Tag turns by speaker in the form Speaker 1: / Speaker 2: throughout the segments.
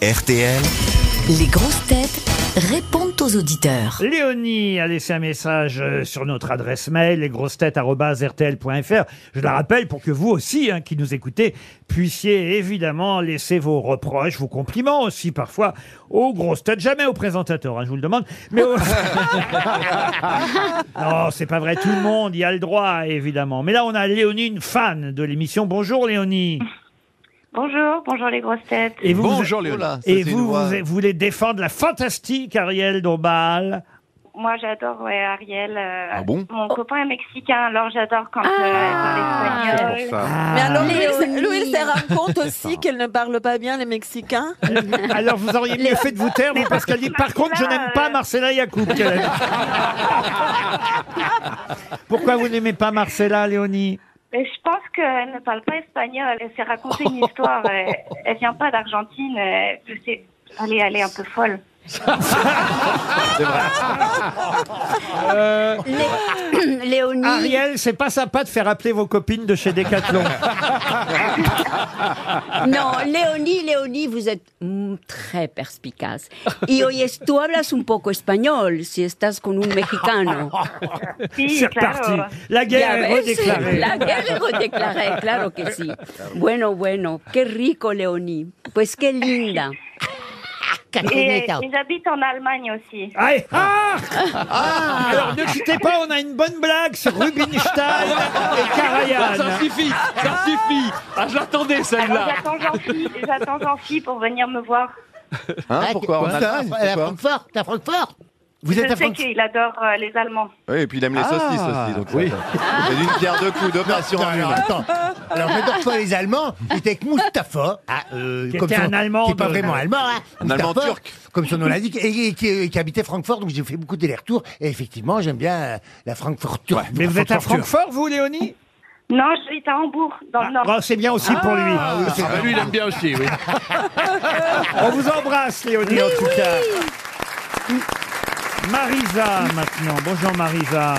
Speaker 1: RTL.
Speaker 2: Les grosses têtes répondent aux auditeurs.
Speaker 3: Léonie a laissé un message euh, sur notre adresse mail, lesgrossetêtes.rtl.fr. Je la rappelle pour que vous aussi, hein, qui nous écoutez, puissiez évidemment laisser vos reproches, vos compliments aussi parfois aux grosses têtes, jamais aux présentateurs, hein, je vous le demande. Mais aux- non, c'est pas vrai, tout le monde y a le droit, évidemment. Mais là, on a Léonie, une fan de l'émission. Bonjour Léonie.
Speaker 4: Bonjour, bonjour les grosses têtes.
Speaker 3: Et vous, vous-
Speaker 5: Léon.
Speaker 3: Et vous, vous, vous voulez défendre la fantastique Ariel Dombal.
Speaker 4: Moi j'adore ouais, Ariel. euh,
Speaker 5: Ah bon
Speaker 4: Mon copain est mexicain, alors j'adore quand euh, elle parle espagnol.
Speaker 6: Mais alors,
Speaker 2: Léonie.
Speaker 6: Louis, Louis se rend compte aussi qu'elle ne parle pas bien les Mexicains.
Speaker 3: Alors vous auriez mieux fait de vous taire, vous, parce qu'elle dit par contre je n'aime pas Marcella euh, Yacoub. qu'elle a dit. Pourquoi vous n'aimez pas Marcella Léonie
Speaker 4: Mais je pense qu'elle ne parle pas espagnol. Elle s'est racontée une histoire. Elle, elle vient pas d'Argentine. euh, Je sais. Elle est, elle est un peu folle.
Speaker 2: Lé- Léonie,
Speaker 3: Ariel, c'est pas sympa de faire appeler vos copines de chez Decathlon.
Speaker 2: no, Léonie, Léonie, vous êtes mm, très perspicace. Y oyes, tú hablas un poco español si estás con un mexicano.
Speaker 4: Si,
Speaker 3: C'est
Speaker 4: claro.
Speaker 3: reparti. La guerre
Speaker 2: Ya
Speaker 3: est
Speaker 2: ves, sí,
Speaker 3: redéclarée.
Speaker 2: la guerra es redeclarada, claro que sí. Bueno, bueno, qué rico, Léonie. Pues qué linda.
Speaker 4: Et
Speaker 5: Ah,
Speaker 7: Ah,
Speaker 4: ils habitent en Allemagne aussi.
Speaker 3: Allez, ah Alors ne quittez pas, on a une bonne blague sur Rubinstein et Karajan.
Speaker 5: suffit, ça suffit. Ah, je l'attendais
Speaker 4: Alors j'attends Jean-Phi, j'attends Jean-Phi pour venir me voir.
Speaker 7: Ah,
Speaker 5: Hein, pourquoi en
Speaker 7: Quoi
Speaker 5: Allemagne
Speaker 7: À la
Speaker 5: pourquoi
Speaker 7: Francfort, à Francfort. Vous
Speaker 4: Je
Speaker 7: êtes à
Speaker 4: sais
Speaker 7: Francfort.
Speaker 4: qu'il adore euh, les Allemands.
Speaker 5: Oui, et puis il aime les saucisses aussi. Donc
Speaker 7: oui.
Speaker 5: Ah, oui. C'est d'une pierre deux coups,
Speaker 7: Ah,
Speaker 5: d'opération en une.
Speaker 7: Alors, attends. Alors, maintenant, toi, les Allemands, j'étais avec Mustafa. Ah, euh,
Speaker 3: Qui était
Speaker 7: son-
Speaker 3: un Allemand
Speaker 7: Qui est pas
Speaker 3: de-
Speaker 7: vraiment allemand, hein.
Speaker 5: Un Allemand
Speaker 7: Mustafa,
Speaker 5: turc.
Speaker 7: Comme son nom l'indique, et, et qui, et qui habitait Francfort, donc j'ai fait beaucoup d'allers-retours. Et effectivement, j'aime bien euh, la Francfort turque.
Speaker 3: Mais vous êtes à
Speaker 7: Francfort-turque.
Speaker 3: Francfort, vous, Léonie
Speaker 4: Non, j'habite à Hambourg, dans le Nord.
Speaker 3: Oh, C'est bien aussi pour lui.
Speaker 5: Ah, bah, lui, il aime bien aussi, oui.
Speaker 3: On vous embrasse, Léonie, en tout cas. Marisa, maintenant. Bonjour, Marisa.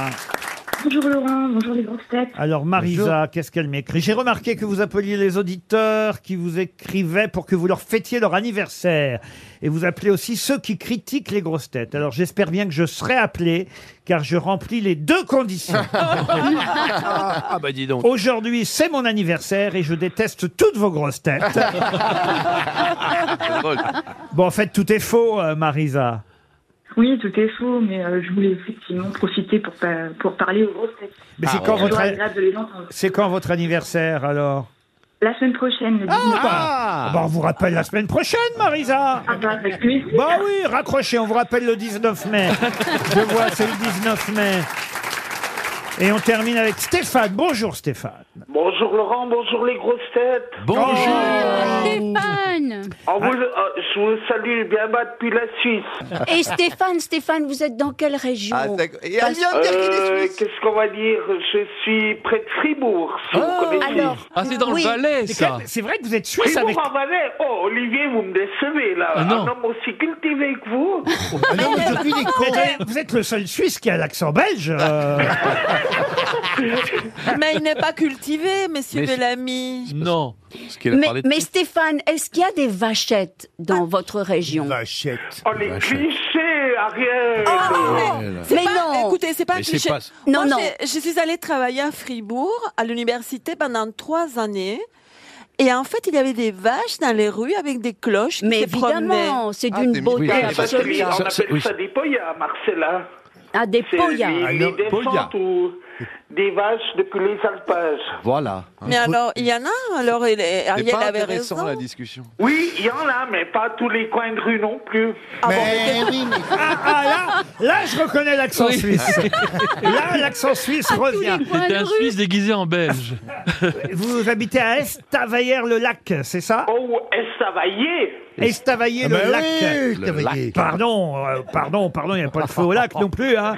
Speaker 8: Bonjour Laurent, bonjour les grosses têtes.
Speaker 3: Alors, Marisa, qu'est-ce qu'elle m'écrit J'ai remarqué que vous appeliez les auditeurs qui vous écrivaient pour que vous leur fêtiez leur anniversaire. Et vous appelez aussi ceux qui critiquent les grosses têtes. Alors, j'espère bien que je serai appelé, car je remplis les deux conditions.
Speaker 5: Ah, bah, dis donc.
Speaker 3: Aujourd'hui, c'est mon anniversaire et je déteste toutes vos grosses têtes.
Speaker 5: C'est drôle. Ah,
Speaker 3: Bon, en fait, tout est faux, euh, Marisa.
Speaker 8: Oui, tout est faux, mais euh, je voulais effectivement profiter pour, pa- pour parler aux grosses têtes.
Speaker 3: Mais c'est
Speaker 5: Ah,
Speaker 3: quand
Speaker 5: ouais.
Speaker 3: votre...
Speaker 8: Toujours agréable de les entendre.
Speaker 3: C'est quand votre anniversaire, alors
Speaker 8: La semaine prochaine, le 19
Speaker 3: Ah bah, on vous rappelle la semaine prochaine, Marisa
Speaker 8: ah, bah, avec lui.
Speaker 3: Bah oui, raccrochez, on vous rappelle le 19 mai. Je vois, c'est le 19 mai. Et on termine avec Stéphane. Bonjour Stéphane.
Speaker 9: Bonjour Laurent, bonjour les grosses têtes.
Speaker 2: Stéphane
Speaker 9: On vous- euh, je vous salue bien bas depuis la Suisse.
Speaker 2: Et Eh, Stéphane, Stéphane, vous êtes dans quelle région
Speaker 5: Ah, d'accord. Et elle vient
Speaker 9: Euh, Qu'est-ce qu'on va dire Je suis près de Fribourg, si vous connaissez.
Speaker 2: Alors,
Speaker 10: Ah, c'est dans
Speaker 2: Oui.
Speaker 10: le Valais,
Speaker 3: C'est
Speaker 10: ça.
Speaker 3: quand même- C'est vrai que vous êtes suisse avec...
Speaker 9: Fribourg en Valais Oh, Olivier, vous me décevez là.
Speaker 10: Ah, non.
Speaker 9: Un homme aussi cultivé que vous.
Speaker 7: Ah non, mais je suis des
Speaker 3: Vous
Speaker 7: cons.
Speaker 3: êtes, vous êtes le seul Suisse qui a l'accent belge. euh.
Speaker 6: Mais il n'est pas cultivé, monsieur Bellamy.
Speaker 10: Non.
Speaker 5: Parce qu'elle a
Speaker 2: mais,
Speaker 5: parlé de-
Speaker 2: mais Stéphane, est-ce qu'il y a des vachettes dans votre région
Speaker 7: Vachette.
Speaker 9: Oh, les clichés, Ariel.
Speaker 10: Ah.
Speaker 6: C'est
Speaker 2: Mais
Speaker 6: pas-
Speaker 2: non.
Speaker 6: Écoutez, c'est pas un
Speaker 10: Mais c'est
Speaker 6: cliché.
Speaker 10: pas-
Speaker 6: Moi,
Speaker 2: Non, non.
Speaker 6: j'ai- Je suis allée travailler à Fribourg, à l'université, pendant trois années. Et en fait, il y avait des vaches dans les rues avec des cloches qui
Speaker 2: Mais
Speaker 6: se promenaient.
Speaker 2: évidemment, c'est
Speaker 5: Ah,
Speaker 2: d'une
Speaker 5: t'es-
Speaker 2: beauté
Speaker 5: oui,
Speaker 9: Ah,
Speaker 5: c'est
Speaker 9: ça, c'est
Speaker 2: absolue.
Speaker 9: les- on
Speaker 10: Ça, c'est-
Speaker 9: appelle
Speaker 10: oui.
Speaker 9: ça des poyas, Marcella.
Speaker 2: Ah, des
Speaker 9: C'est
Speaker 2: poyas.
Speaker 9: les- les
Speaker 5: non,
Speaker 9: descentes
Speaker 5: poya.
Speaker 9: ou des vaches depuis les alpages.
Speaker 5: Voilà.
Speaker 6: Mais alors, il y en a. Alors, il est-
Speaker 5: C'est
Speaker 6: Ariel
Speaker 5: pas
Speaker 6: avait
Speaker 5: intéressant,
Speaker 6: raison.
Speaker 5: la discussion.
Speaker 9: Oui, il y en a, mais pas à tous les coins de rue non plus.
Speaker 6: Ah bon,
Speaker 7: Mais oui, mais
Speaker 3: Ah, ah, là, là, je reconnais l'accent
Speaker 10: Oui.
Speaker 3: suisse. Là, l'accent suisse revient.
Speaker 10: C'était un Suisse déguisé en Belge.
Speaker 3: Vous habitez à Estavayer-le-Lac, c'est ça
Speaker 9: Oh, est-ce ça va y est
Speaker 7: Ah bah
Speaker 3: Estavayer-le-Lac.
Speaker 7: oui, t'avais dit.
Speaker 3: Pardon, euh, pardon, pardon, il n'y a pas de faux au lac non plus. Hein.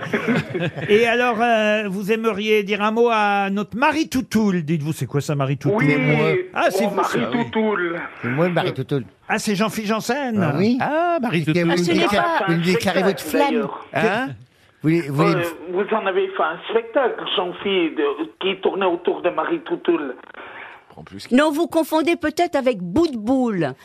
Speaker 3: Et alors, euh, vous aimeriez dire un mot à notre Marie Toutoul Dites-vous, c'est quoi ça, Marie Toutoul
Speaker 9: Oui,
Speaker 3: Ah, c'est
Speaker 9: oh,
Speaker 3: vous,
Speaker 9: Marie
Speaker 3: ça, oui.
Speaker 9: Toutoul.
Speaker 7: C'est moi, Marie Totoul.
Speaker 3: Ah, c'est Jean-Philippe Janssen
Speaker 7: Ah oui
Speaker 5: Ah, Marie.
Speaker 7: Vous voulez me
Speaker 2: ce n'est
Speaker 7: déclarer-
Speaker 2: pas-
Speaker 7: vous voulez me déclarer votre flamme
Speaker 9: D'ailleurs,
Speaker 5: Hein
Speaker 7: Vous voulez- vous voulez-
Speaker 9: euh, vous en avez fait un spectacle, Jean-Philippe, qui tournait autour de Marie Toutoul.
Speaker 5: En plus,
Speaker 2: Non, vous confondez peut-être avec bout de boule.